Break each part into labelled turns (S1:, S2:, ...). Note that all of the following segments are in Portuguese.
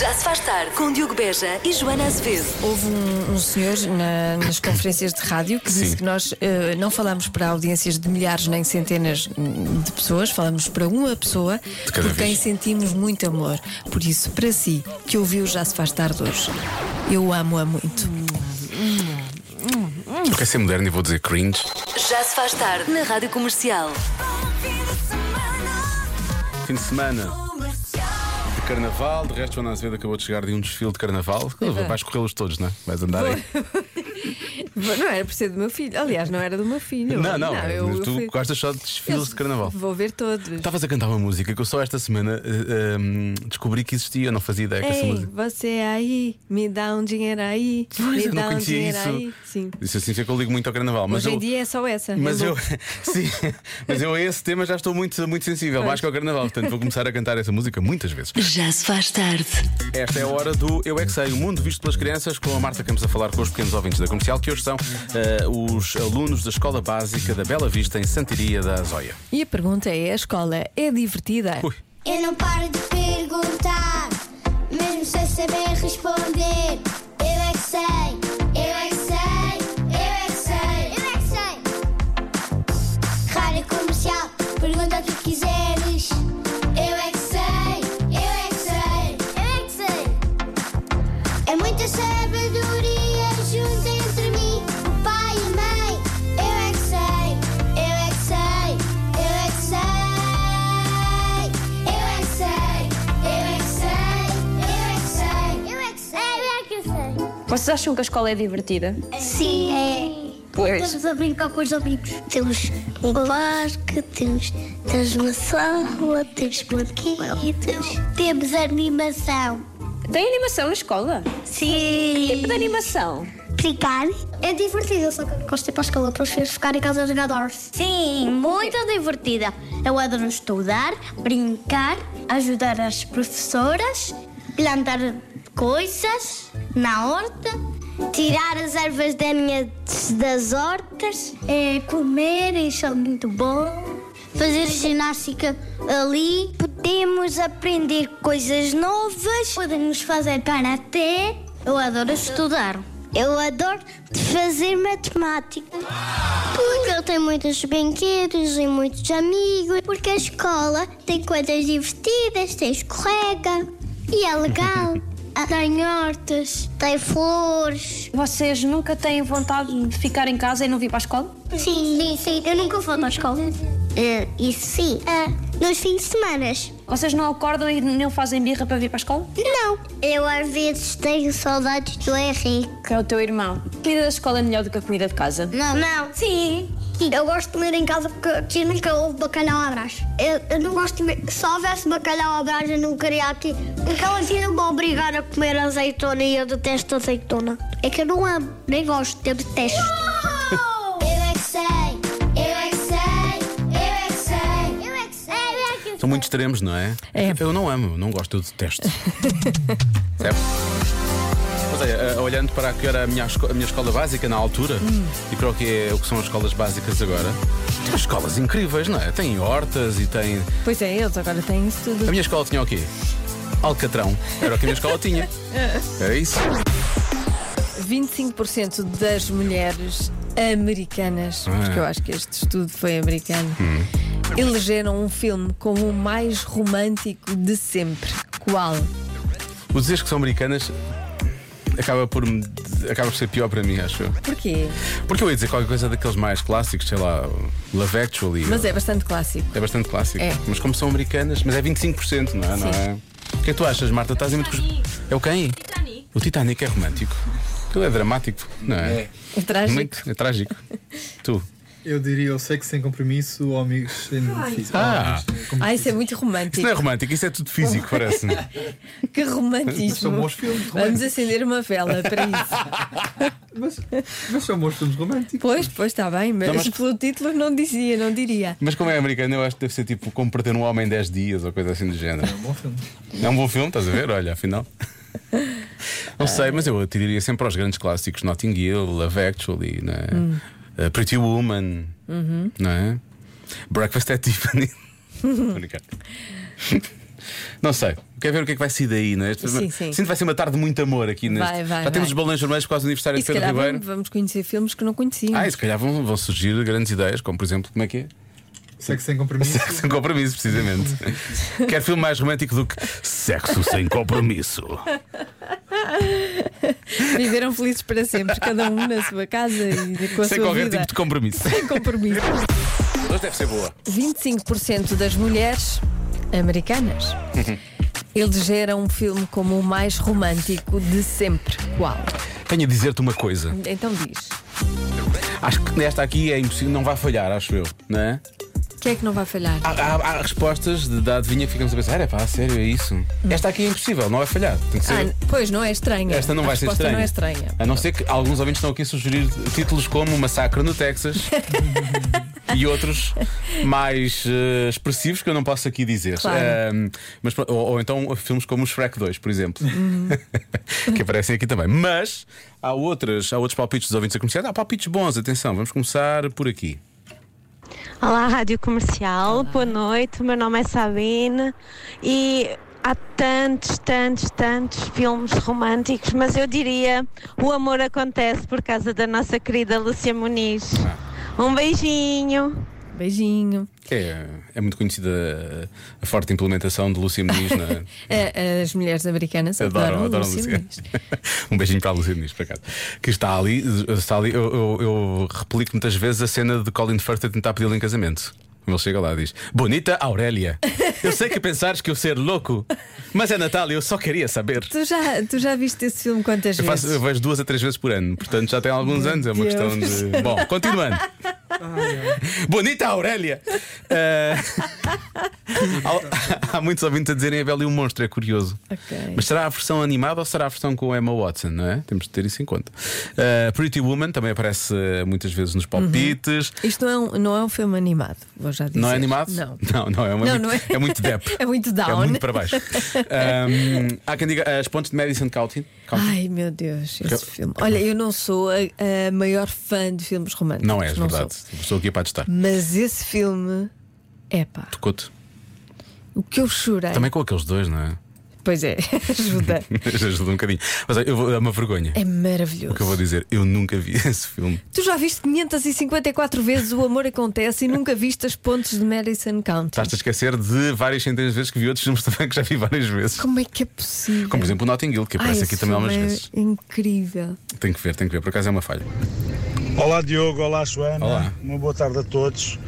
S1: Já se faz tarde com Diogo Beja e Joana Azevedo.
S2: Houve um, um senhor na- nas conferências de rádio que disse
S3: Sim.
S2: que nós eh, não falamos para audiências de milhares nem centenas hum, de pessoas, falamos para uma pessoa por
S3: cada
S2: quem
S3: vez.
S2: sentimos muito amor. Por isso, para si, que ouviu Já Se Faz Tarde hoje, eu amo-a muito.
S3: Porque é ser moderno e vou dizer cringe.
S1: Já se faz tarde na Rádio Comercial.
S3: Fim de semana de carnaval, de resto, Ana Azevedo acabou de chegar de um desfile de carnaval. Vais corrê-los todos, não é? Vais andar aí.
S4: Não era por ser do meu filho. Aliás, não era do meu filho.
S3: Não, não,
S4: eu- eu
S3: tu
S4: fui-
S3: gostas só de desfiles de carnaval. Tá,
S4: Vou ver todos.
S3: Estavas a cantar uma música que eu só esta semana eh, hum, descobri que existia, eu não fazia ideia que essa
S4: Ei,
S3: música.
S4: você é aí, me dá um dinheiro aí, me
S3: eu não
S4: dá um
S3: conhecia
S4: dinheiro
S3: isso.
S4: aí. Sim.
S3: Isso assim é que eu ligo muito ao carnaval. Mas
S4: Hoje em
S3: eu,
S4: dia é só essa. é
S3: Mas
S4: bom.
S3: eu, sim, mas eu a esse tema já estou muito, muito sensível, mais que ao carnaval, portanto vou começar a cantar essa música muitas vezes.
S1: Já se faz tarde.
S3: Esta é a hora do Eu é que sei, o mundo visto pelas crianças, com a Marta Campos a falar com os pequenos ouvintes da comercial, que hoje são eh, os alunos da Escola Básica da Bela Vista, em Santiria da Azóia.
S2: E a pergunta é: a escola é divertida?
S3: Ui,
S5: Eu não paro de perguntar, mesmo sem saber responder. Eu é que sei, eu é que sei, eu é que sei, eu é que sei. Rádio comercial, pergunta o que quiseres. Eu é que sei, eu é que sei, eu é que sei. É muita sabedoria junto entre mim, o pai e a mãe. Eu é que sei, eu é que sei, eu é que sei. Eu é que sei, eu é que sei, eu é que sei, eu é que sei, eu é que
S6: Vocês acham que a escola é divertida?
S5: sei. Sim, é.
S6: Pois.
S5: Estamos a brincar com os amigos. Temos um bosque, temos, temos uma sala, temos brinquedos, temos animação.
S6: Tem animação na escola?
S5: Sim.
S6: Tipo de animação.
S5: Brincar é divertido, só que gosto de ir para a escola para os filhos ficarem em casa a jogar Dorf. Sim, muito divertida. Eu adoro estudar, brincar, ajudar as professoras, plantar coisas na horta, tirar as ervas daninhas das hortas, é, comer, isso é muito bom fazer ginástica ali, podemos aprender coisas novas, podemos fazer karaté. Eu adoro estudar. Eu adoro fazer matemática. Porque eu tenho muitos brinquedos e muitos amigos. Porque a escola tem coisas divertidas, tem escorrega. E é legal. Ah, tem hortas, tem flores.
S6: Vocês nunca têm vontade de ficar em casa e não vir para a escola?
S5: Sim, sim, sim. Eu nunca vou para a escola. Eh, Ah. isso sim. nos fins de semana.
S6: Vocês não acordam e não fazem birra para vir para a escola?
S5: Não. Eu às vezes tenho saudades do Henrique.
S6: Que é o teu irmão. A comida da escola é melhor do que a comida de casa.
S5: Não. Não. Sim. Eu gosto de comer em casa porque aqui nunca houve bacalhau à brás. Eu, eu não gosto de comer. Se houvesse bacalhau à brás, eu não queria aqui. Porque ela assim não me vão obrigar a comer azeitona e eu detesto azeitona. É que eu não amo, nem gosto, eu detesto. eu é que sei, eu é que sei, eu é que sei, eu é que sei, eu é que sei.
S3: são muito extremos, não é?
S2: É.
S3: Eu não amo, não gosto, eu detesto. certo? Mas é, eh, olhando para o que era a minha, esco- a minha escola básica na altura e para o que, é, o que são as escolas básicas agora, tem umas escolas incríveis, não é? Tem hortas e tem.
S2: Pois é, eles agora têm isso tudo.
S3: A minha escola tinha o quê? Alcatrão. Era o que a minha escola tinha. Era isso.
S2: 25% das mulheres americanas,
S3: Ah.
S2: porque eu acho que este estudo foi americano,
S3: Hum.
S2: elegeram um filme como o mais romântico de sempre. Qual?
S3: O dizeres que são americanas acaba por, me- acaba por ser pior para mim, acho eu.
S2: Porquê?
S3: Porque eu ia dizer qualquer coisa daqueles mais clássicos, sei lá, Love Actually.
S2: Mas
S3: ou-
S2: é bastante clássico.
S3: é bastante clássico.
S2: É.
S3: Mas como são americanas, mas é 25%, não é? Não é? O que é que tu achas, Marta? Estás em muito. cos- É o quem? Titanic. O Titanic é romântico. Aquilo é dramático, não é?
S2: É trágico.
S3: Muito- é trágico. tu.
S7: Eu diria o sexo sem compromisso ou amigos sem benefício.
S3: Ah.
S2: Ah, isso é muito
S3: Isso
S2: romântico.
S3: não é romântico, isso é tudo físico, parece.
S2: Que
S7: São
S2: romantismo.
S7: bons filmes
S2: Vamos
S7: românticos.
S2: acender uma vela para isso.
S7: Mas, mas são bons filmes românticos.
S2: Pois, pois está bem, mas,
S3: Não, Então, mas-
S2: pelo título não dizia, não diria.
S3: Mas como é americano, eu acho que deve ser tipo como perder um homem em 10 dias ou coisa assim do género.
S7: Bom filme.
S3: É um bom filme, estás a ver? Olha, afinal. Não sei, mas eu atiraria sempre aos grandes clássicos: Notting Hill, Love Actually, não é?
S2: Hum.
S3: Uh, Pretty Woman,
S2: Uhum.
S3: né? não é? Breakfast at Tiffany. Tô brincando. Não sei. Quer ver o que é que vai ser daí, não é? Este-
S2: Sim, sim.
S3: Sinto que vai ser uma tarde de muito amor aqui neste.
S2: Vai, vai,
S3: Já temos
S2: vai.
S3: os balões vermelhos por causa do aniversário
S2: E
S3: de
S2: se
S3: Pedro
S2: calhar
S3: Ribeiro.
S2: vamos, vamos conhecer filmes que não conhecíamos.
S3: Ah, e se calhar vão, vão surgir grandes ideias, como por exemplo, como é que é?
S7: Sexo sem compromisso.
S3: Sexo sem compromisso, precisamente. Quer filme mais romântico do que Sexo sem compromisso.
S2: Viveram felizes para sempre, cada um na sua casa e com a
S3: sem
S2: sua
S3: qualquer
S2: vida.
S3: tipo de compromisso.
S2: Sem compromisso.
S3: Hoje deve ser boa.
S2: 25% das mulheres americanas elegeram um filme como o mais romântico de sempre. Qual?
S3: Tenho a dizer-te uma coisa.
S2: Então diz.
S3: Acho que nesta aqui é impossível, não vai falhar, acho eu, não é?
S2: O que é que não vai falhar?
S3: Há, há- há respostas de, da adivinha que ficamos a pensar, é pá, a sério, é isso. Esta aqui é impossível, não vai falhar. Tem que ser.
S2: Ah, pois não é estranha.
S3: Esta não
S2: A
S3: vai ser
S2: resposta
S3: estranha.
S2: não é estranha.
S3: A não ser que alguns ouvintes estão aqui a sugerir títulos como Massacre no Texas e outros mais eh, expressivos que eu não posso aqui dizer.
S2: Claro.
S3: Ahm, mas, pro- ou, ou então filmes como o Shrek 2, por exemplo,
S2: Uhum.
S3: que aparecem aqui também. Mas há, outras, há outros palpites dos ouvintes a comerciais. Há palpites bons, atenção, vamos começar por aqui.
S8: Olá, Rádio Comercial, boa noite. O meu nome é Sabine e há tantos, tantos, tantos filmes românticos, mas eu diria o amor acontece por causa da nossa querida Lúcia Muniz. Um beijinho.
S2: Beijinho.
S3: É, é muito conhecida a forte implementação de Lúcia Muniz na,
S2: É, As mulheres americanas adoram,
S3: Adoram,
S2: o
S3: adoram a
S2: Lúcio
S3: Lúcia.
S2: Muniz.
S3: um beijinho para a Lúcia Muniz, por acaso. Que está ali, está ali eu, eu, eu replico muitas vezes a cena de Colin Firth a tentar pedi-lo em casamento. Ele chega lá e diz: Bonita Aurélia, eu sei que pensares que eu ser louco, mas é Natal e eu só queria saber.
S2: Tu já, tu já viste esse filme quantas
S3: Eu,
S2: vezes?
S3: faço- eu vejo duas a três vezes por ano, portanto já tem alguns anos, é uma
S2: Deus.
S3: questão de. Bom, continuando. Bonita Aurélia! Eh, há- há, muitos ouvintes a dizerem a Bela e o Monstro, é curioso.
S2: Ok.
S3: Mas será a versão animada ou será a versão com Emma Watson, não é? Temos de ter isso em conta. Eh, Pretty Woman também aparece eh, muitas vezes
S2: Uhum.
S3: nos palpites.
S2: Isto não é, um, não é um filme animado, vou já dizer.
S3: Não é animado?
S2: Não.
S3: Não, não, é, uma,
S2: Não, não é.
S3: é muito dep.
S2: É muito down.
S3: É muito para baixo. Ahm, há quem diga eh, as pontes de Madison County. County.
S2: Ai meu Deus, esse
S3: Eu-
S2: filme. Olha, eu não sou a, a maior fã de filmes românticos.
S3: Não é, é verdade.
S2: sou.
S3: Estou aqui para testar.
S2: Mas esse filme, epá,
S3: Tocou-te.
S2: o que eu
S9: É.
S2: chorei.
S3: Também com aqueles dois, não é?
S2: Pois é, ajuda.
S3: Já ajuda um bocadinho. Mas olha, eu vou, é uma vergonha.
S2: É maravilhoso.
S3: O que eu vou dizer? Eu nunca vi esse filme.
S2: Tu já viste 554 vezes O Amor Acontece e nunca viste as pontes de Madison County.
S3: Estás-te a esquecer de várias centenas de vezes que vi outros filmes também que já vi várias vezes.
S2: Como é que é possível?
S3: Como por exemplo o Notting Hill, que
S2: Ai,
S3: aparece
S2: esse
S3: aqui também algumas
S2: filme é
S3: vezes.
S2: Incrível.
S3: Tem que ver, tem que ver. Por acaso é uma falha.
S9: Olá Diogo, olá Joana,
S3: Olá.
S9: uma boa tarde a todos.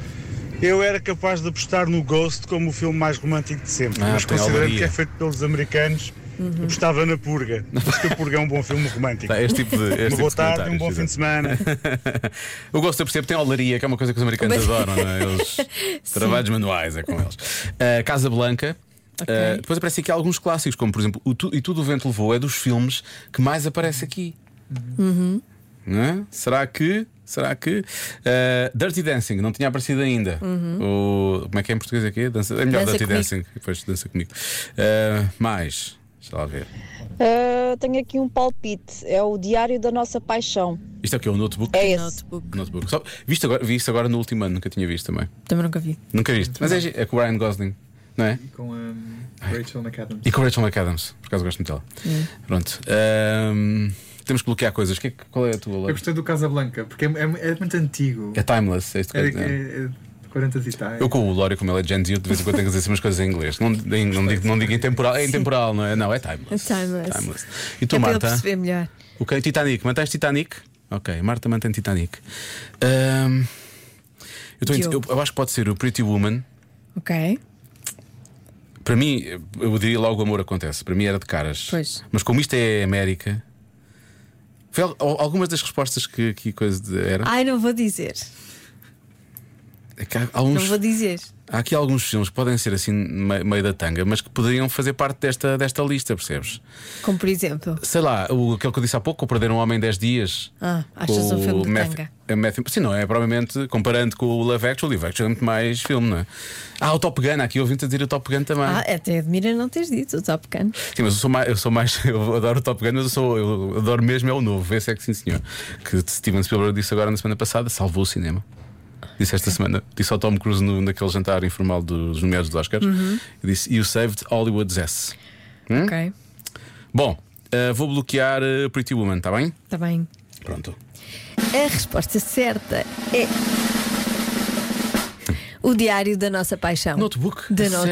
S9: Eu era capaz de apostar no Ghost como o filme mais romântico de sempre,
S3: Ah,
S9: mas
S3: tem
S9: considerando
S3: alvaria.
S9: que é feito pelos americanos, apostava na Purga, porque a Purga é um bom filme romântico.
S3: Tá, Este tipo de. Este
S9: Uma
S3: tipo
S9: boa
S3: de
S9: tarde, um bom fim de
S3: comentários,
S9: semana.
S3: exato. O gosto, eu percebo, tem olaria, que é uma coisa que os americanos adoram, não é? Eles. Trabalhos manuais é com eles. Ah, Casa Blanca. Ah, depois aparece aqui alguns clássicos, como por exemplo o Tu- E Tudo o Vento Levou, é dos filmes que mais aparece aqui.
S2: Uhum.
S3: Não é? Será que. Será que. ah, Dirty Dancing, não tinha aparecido ainda. O, como é que é em português aqui? Dança, é melhor
S2: Uhum. Dança
S3: Dirty
S2: Comigo.
S3: Dancing, depois dança comigo. Ah, mais. Deixa lá ver.
S10: tenho aqui um palpite, é o Diário da Nossa Paixão.
S3: Isto é o que? O notebook? Um
S10: É esse.
S2: Um Notebook.
S3: Notebook. Só, viste agora, vi isso agora no último ano, nunca tinha visto também.
S2: Também nunca vi.
S3: Nunca viste. Mas é, gi- é com o Ryan Gosling, não é?
S7: Com a Rachel McAdams.
S3: E com o Rachel McAdams, por acaso gosto muito dela. Pronto. Ahm, temos que bloquear coisas. Que é que- qual é a tua?
S7: Eu
S3: Laura?
S7: gostei do Casablanca, porque é, é- é muito antigo.
S3: É timeless. É isto que
S7: É,
S3: eu-
S7: de- é- é de 40 e tal.
S3: Eu com o Lório, como ele é Gen Z, eu de vez em quando tenho que dizer assim umas coisas em inglês. Não, em- não digo, não digo intemporal, é intemporal, não é? Não, é timeless.
S2: É timeless.
S3: E tu,
S2: é para eu
S3: Marta?
S2: perceber melhor.
S3: Ok, Titanic. Mantens Titanic? Ok, Marta mantém Titanic. Ahm, eu, tô em-
S2: Diogo.
S3: eu- eu acho que pode ser o Pretty Woman.
S2: Ok.
S3: Para mim, eu diria logo o amor acontece. Para mim era de caras.
S2: Pois.
S3: Mas como isto é América. Foi al- al- algumas das respostas que, que coisa de- era.
S2: Ai, não vou dizer.
S3: É que há,
S2: Ah, Não
S3: alguns,
S2: vou dizer.
S3: há aqui alguns filmes que podem ser assim, me- meio da tanga, mas que poderiam fazer parte desta, desta lista, percebes?
S2: Como por exemplo.
S3: Sei lá, o, aquele que eu disse há pouco, o Perder um Homem em 10 Dias.
S2: Ah, achas um filme de
S3: Matthew-
S2: tanga?
S3: é Matthew- sim, não, é provavelmente comparando com o Love Actually. Love Actually é muito mais filme, não é? Ah, o Top Gun, há aqui ouvinte a dizer o Top Gun também.
S2: Ah, até admira não teres dito, o Top Gun.
S3: Sim, mas eu sou mais, eu sou mais, eu adoro o Top Gun, mas eu sou, eu adoro mesmo é o novo, esse é que sim senhor. Que Steven Spielberg disse agora na semana passada, salvou o cinema. disse esta semana. Disse ao Tom Cruise no, naquele jantar informal dos nomeados dos Oscars.
S2: Uhum.
S3: E disse: You saved Hollywood's S. Hum?
S2: Ok,
S3: Bom, eh, vou bloquear eh, Pretty Woman, está bem?
S2: está tá bem.
S3: Pronto.
S2: A resposta certa é. O Diário da Nossa Paixão.
S3: Notebook.
S2: Da
S3: A sério? Ah.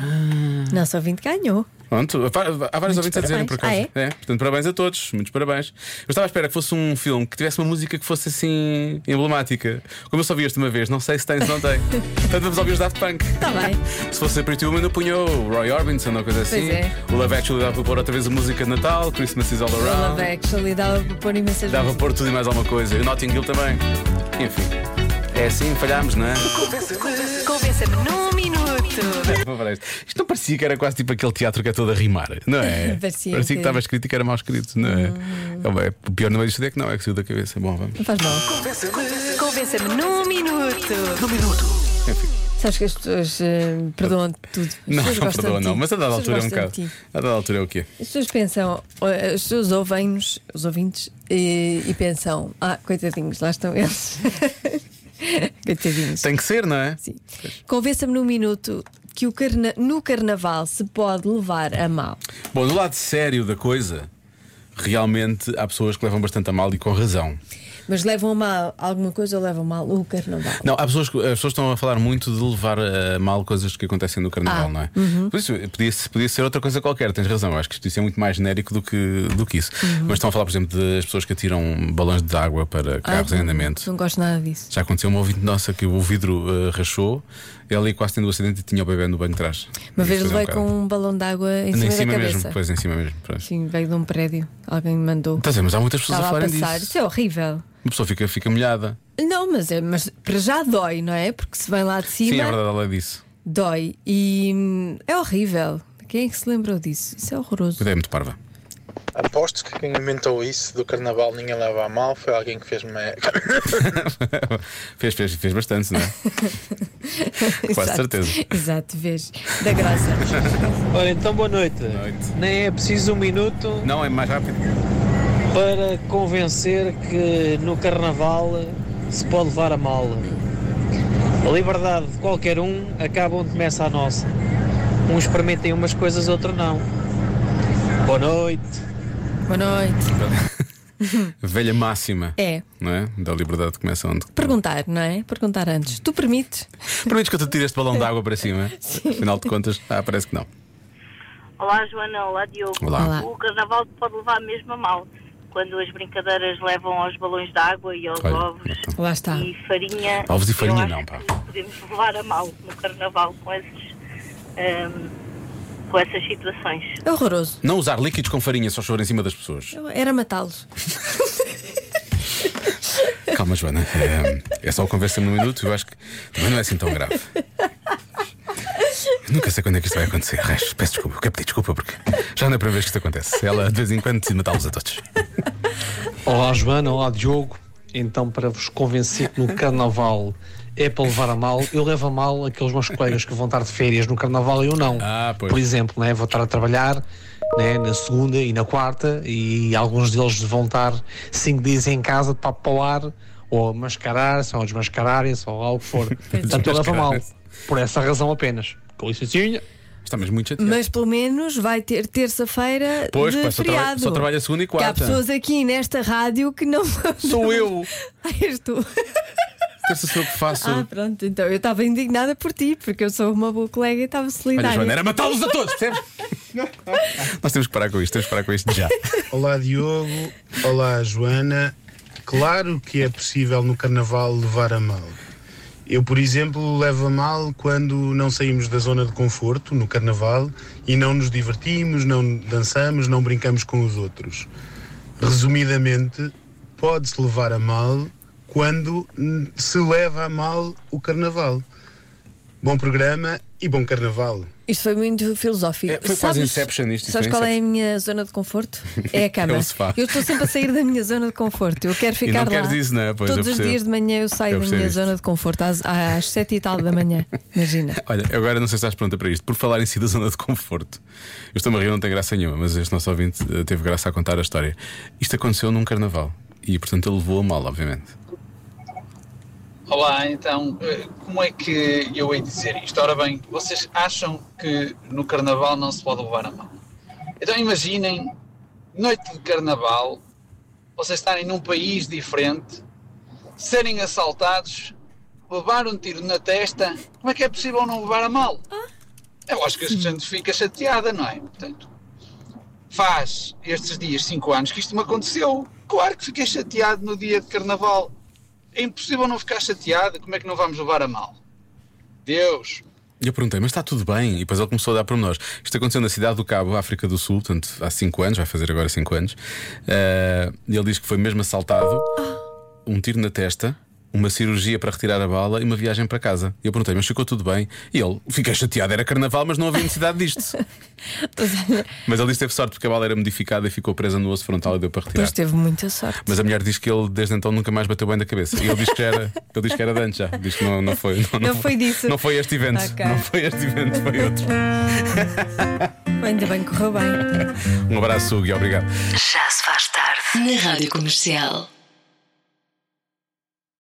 S2: Notebook. Nosso ouvinte ganhou.
S3: Pronto, há va- há
S2: Muitos
S3: vários ouvintes a dizerem por acaso.
S2: parabéns. Ah,
S3: é? portanto, parabéns a todos, muitos parabéns. Eu estava à espera que fosse um filme que tivesse uma música que fosse assim emblemática. Como eu só vi este uma vez, não sei se tem, se não tem. portanto, vamos ouvir os Daft Punk.
S2: Está Tá bem.
S3: Se fosse a Pretty Woman, eu punha o Roy Orbison ou coisa assim.
S2: Pois é.
S3: O Love Actually dava para pôr outra vez a música de Natal, Christmas is All
S2: O Love
S3: Around.
S2: Actually dava para pôr imensas
S3: Dava para pôr tudo e mais alguma coisa. E o Notting Hill também. Enfim, é assim, falhámos, não é?
S1: Convença-me num minuto.
S3: Vamos para isto. Isto não parecia que era quase tipo aquele teatro que é todo a rimar, não é?
S2: Parecia
S3: que
S2: que- Uhum.
S3: estava escrito e que era mal escrito, não é? É bem, O pior no meio disto é que não, é que saiu da cabeça. Bom, vamos.
S2: Não faz mal.
S1: Convença-me num minuto. Num minuto.
S2: Sabes que as pessoas eh, perdoam tudo. As
S3: Não,
S2: pessoas
S3: não
S2: gostam
S3: perdoa,
S2: de ti.
S3: não. Mas a dada
S2: As
S3: altura é
S2: pessoas
S3: um
S2: gostam
S3: bocado.
S2: de ti.
S3: A dada altura é o quê?
S2: As pessoas pensam, eh, as pessoas ouvem-nos, os ouvintes, e, e pensam: ah, coitadinhos, lá estão eles. coitadinhos.
S3: Tem que ser, não é?
S2: Sim. Convença-me num minuto que o carna- no carnaval se pode levar a mal.
S3: Bom, do lado sério da coisa, realmente há pessoas que levam bastante a mal e com razão.
S2: Mas levam a mal alguma coisa ou levam mal o carnaval?
S3: Não, há pessoas, que- as pessoas estão a falar muito de levar a mal coisas que acontecem no carnaval,
S2: Ah,
S3: não é? Por isso, podia, podia ser outra coisa qualquer, tens razão. Eu acho que isto- isto é muito mais genérico do que, do que isso.
S2: Uhum.
S3: Mas estão a falar, por exemplo, das pessoas que atiram balões de água
S2: Ah,
S3: para carros em
S2: não-
S3: andamento.
S2: Não gosto nada disso.
S3: Já aconteceu uma ouvinte nossa que o vidro eh, rachou, ela ali quase tendo um acidente e tinha o bebê no banco de trás.
S2: Uma vez
S3: Isso é um
S2: levei
S3: bocado-
S2: com um balão de água em
S3: Nem
S2: cima,
S3: em cima
S2: da cabeça.
S3: mesmo, pois em cima mesmo. pronto.
S2: Sim, veio de um prédio. Alguém me mandou.
S3: Estás a ver, mas há muitas pessoas
S2: Estava
S3: a falarem
S2: passar.
S3: disso.
S2: Isso é horrível.
S3: Uma pessoa fica, fica molhada.
S2: Não, mas, é, mas para já dói, não é? Porque se vem lá de
S3: Sim,
S2: cima,
S3: é verdade, ela disse.
S2: dói. E hum, é horrível. Quem é que se lembrou disso? Isso é horroroso.
S3: Cuidei muito parva.
S11: Aposto que quem inventou isso do carnaval ninguém leva a mal foi alguém que fez uma.
S3: fez, fez, fez bastante, não é? Quase
S2: Exato.
S3: certeza.
S2: Exato, vês. Da graça.
S12: Ora, então boa noite. Nem é preciso um minuto.
S3: Não, é mais rápido.
S12: Para convencer que no carnaval se pode levar a mal. A liberdade de qualquer um acaba onde começa a nossa. Uns permitem umas coisas, outros não. Boa noite.
S2: Boa noite.
S3: Velha máxima.
S2: É.
S3: Não é? Da liberdade que começa onde.
S2: Perguntar, não é? Perguntar antes. Tu permites?
S3: Permites que eu te tire este balão de água para cima? Afinal de contas, ah, parece que não.
S13: Olá, Joana. Olá, Diogo.
S3: Olá. Olá.
S13: O carnaval pode levar mesmo a mal. Quando as brincadeiras levam aos balões de água e aos
S3: Olha,
S13: ovos
S2: Lá está.
S13: e farinha.
S3: Ovos e farinha,
S13: eu acho
S3: não, pá.
S13: que Podemos levar a mal no carnaval com esses. ehm, com essas situações.
S2: É horroroso.
S3: Não usar líquidos com farinha só chover em cima das pessoas.
S2: Era matá-los.
S3: Calma, Joana. É, é só conversa num minuto. Eu acho que também não é assim tão grave. Eu nunca sei quando é que isto vai acontecer. Reis, peço desculpa. Eu quero pedir desculpa porque já não é a primeira vez que isto acontece. Ela de vez em quando decide matá-los a todos.
S12: Olá Joana, olá Diogo. Então, para vos convencer que no carnaval é para levar a mal, eu levo a mal aqueles meus colegas que vão estar de férias no carnaval e eu
S3: Ah.
S12: não. Por exemplo, né, vou estar a trabalhar né, na segunda e na quarta e alguns deles vão estar cinco dias em casa de papo para o ar ou a mascarar-se ou a desmascararem-se ou algo que for. Portanto, eu levo a mal. Por essa razão apenas. Com licencinha.
S3: Está mesmo muito
S2: Mas pelo menos vai ter terça-feira
S3: Pois,
S2: de
S3: pá, só trabalha-
S2: feriado.
S3: só trabalha segunda e
S2: Que Há
S3: quarta.
S2: pessoas aqui nesta rádio que não.
S3: Sou eu.
S2: Ah, és tu.
S3: Terça sou eu que faço.
S2: Ah, pronto, então eu estava indignada por ti, porque eu sou uma boa colega e estava solidária.
S3: Olha, Joana, era matá-los a todos, percebes? Nós temos que parar com isto, temos que parar com isto já.
S14: Olá Diogo, olá Joana. Claro que é possível no carnaval levar a mal. Eu, por exemplo, levo a mal quando não saímos da zona de conforto no carnaval e não nos divertimos, não dançamos, não brincamos com os outros. Resumidamente, pode-se levar a mal quando hum, se leva a mal o carnaval. Bom programa e bom carnaval.
S2: Isto foi muito filosófico.
S14: É, foi quase Inception isto,
S2: Sabes
S14: foi
S2: qual é a minha zona de conforto? É a cama.
S3: É o sofá.
S2: Eu estou sempre a sair da minha zona de conforto. Eu quero
S3: E não
S2: ficar lá.
S3: queres isso, não é? Pois, eu
S2: Todos os
S3: percebo.
S2: dias de manhã eu
S3: Eu
S2: saio da
S3: percebo
S2: minha
S3: isto.
S2: zona de conforto às, às sete e tal da manhã. Imagina.
S3: Olha, agora não sei se estás pronta para isto. Por falar em si da zona de conforto, eu estou-me a rir, não tem graça nenhuma, mas este nosso ouvinte eh, teve graça a contar a história. Isto aconteceu num carnaval e, portanto, ele levou a mal, obviamente.
S14: Olá, então, eh, como é que eu hei de dizer isto? Ora bem, vocês acham que no Carnaval não se pode levar a mão? Então imaginem, noite de Carnaval, vocês estarem num país diferente, serem assaltados, levar um tiro na testa, como é que é possível não levar a mal? É lógico que a gente fica chateada, não é? Portanto, faz estes dias 5 anos que isto me aconteceu. Claro que fiquei chateado no dia de Carnaval. É impossível não ficar chateado, como é que não vamos levar a mal? Deus,
S3: E eu perguntei, mas está tudo bem? E depois ele começou a dar pormenores. Isto aconteceu na cidade do Cabo, África do Sul, portanto, há 5 anos, vai fazer agora 5 anos. Eh, E ele diz que foi mesmo assaltado, um tiro na testa, uma cirurgia para retirar a bala e uma viagem para casa. E eu perguntei, mas ficou tudo bem? E ele, fiquei chateado, era carnaval, mas não havia necessidade disto. mas ele disse que teve sorte porque a bala era modificada e ficou presa no osso frontal e deu para retirar.
S2: Pois teve muita sorte.
S3: Mas a mulher diz que ele desde então nunca mais bateu bem da cabeça. E ele diz que já era, ele diz que era de antes já. Diz que não, não foi.
S2: Não foi disso.
S3: Não foi este evento.
S2: Ok.
S3: Não foi este evento, foi outro.
S2: Ainda bem que correu bem.
S3: Um abraço, Gui, obrigado.
S1: Já se faz tarde. Na Rádio Comercial.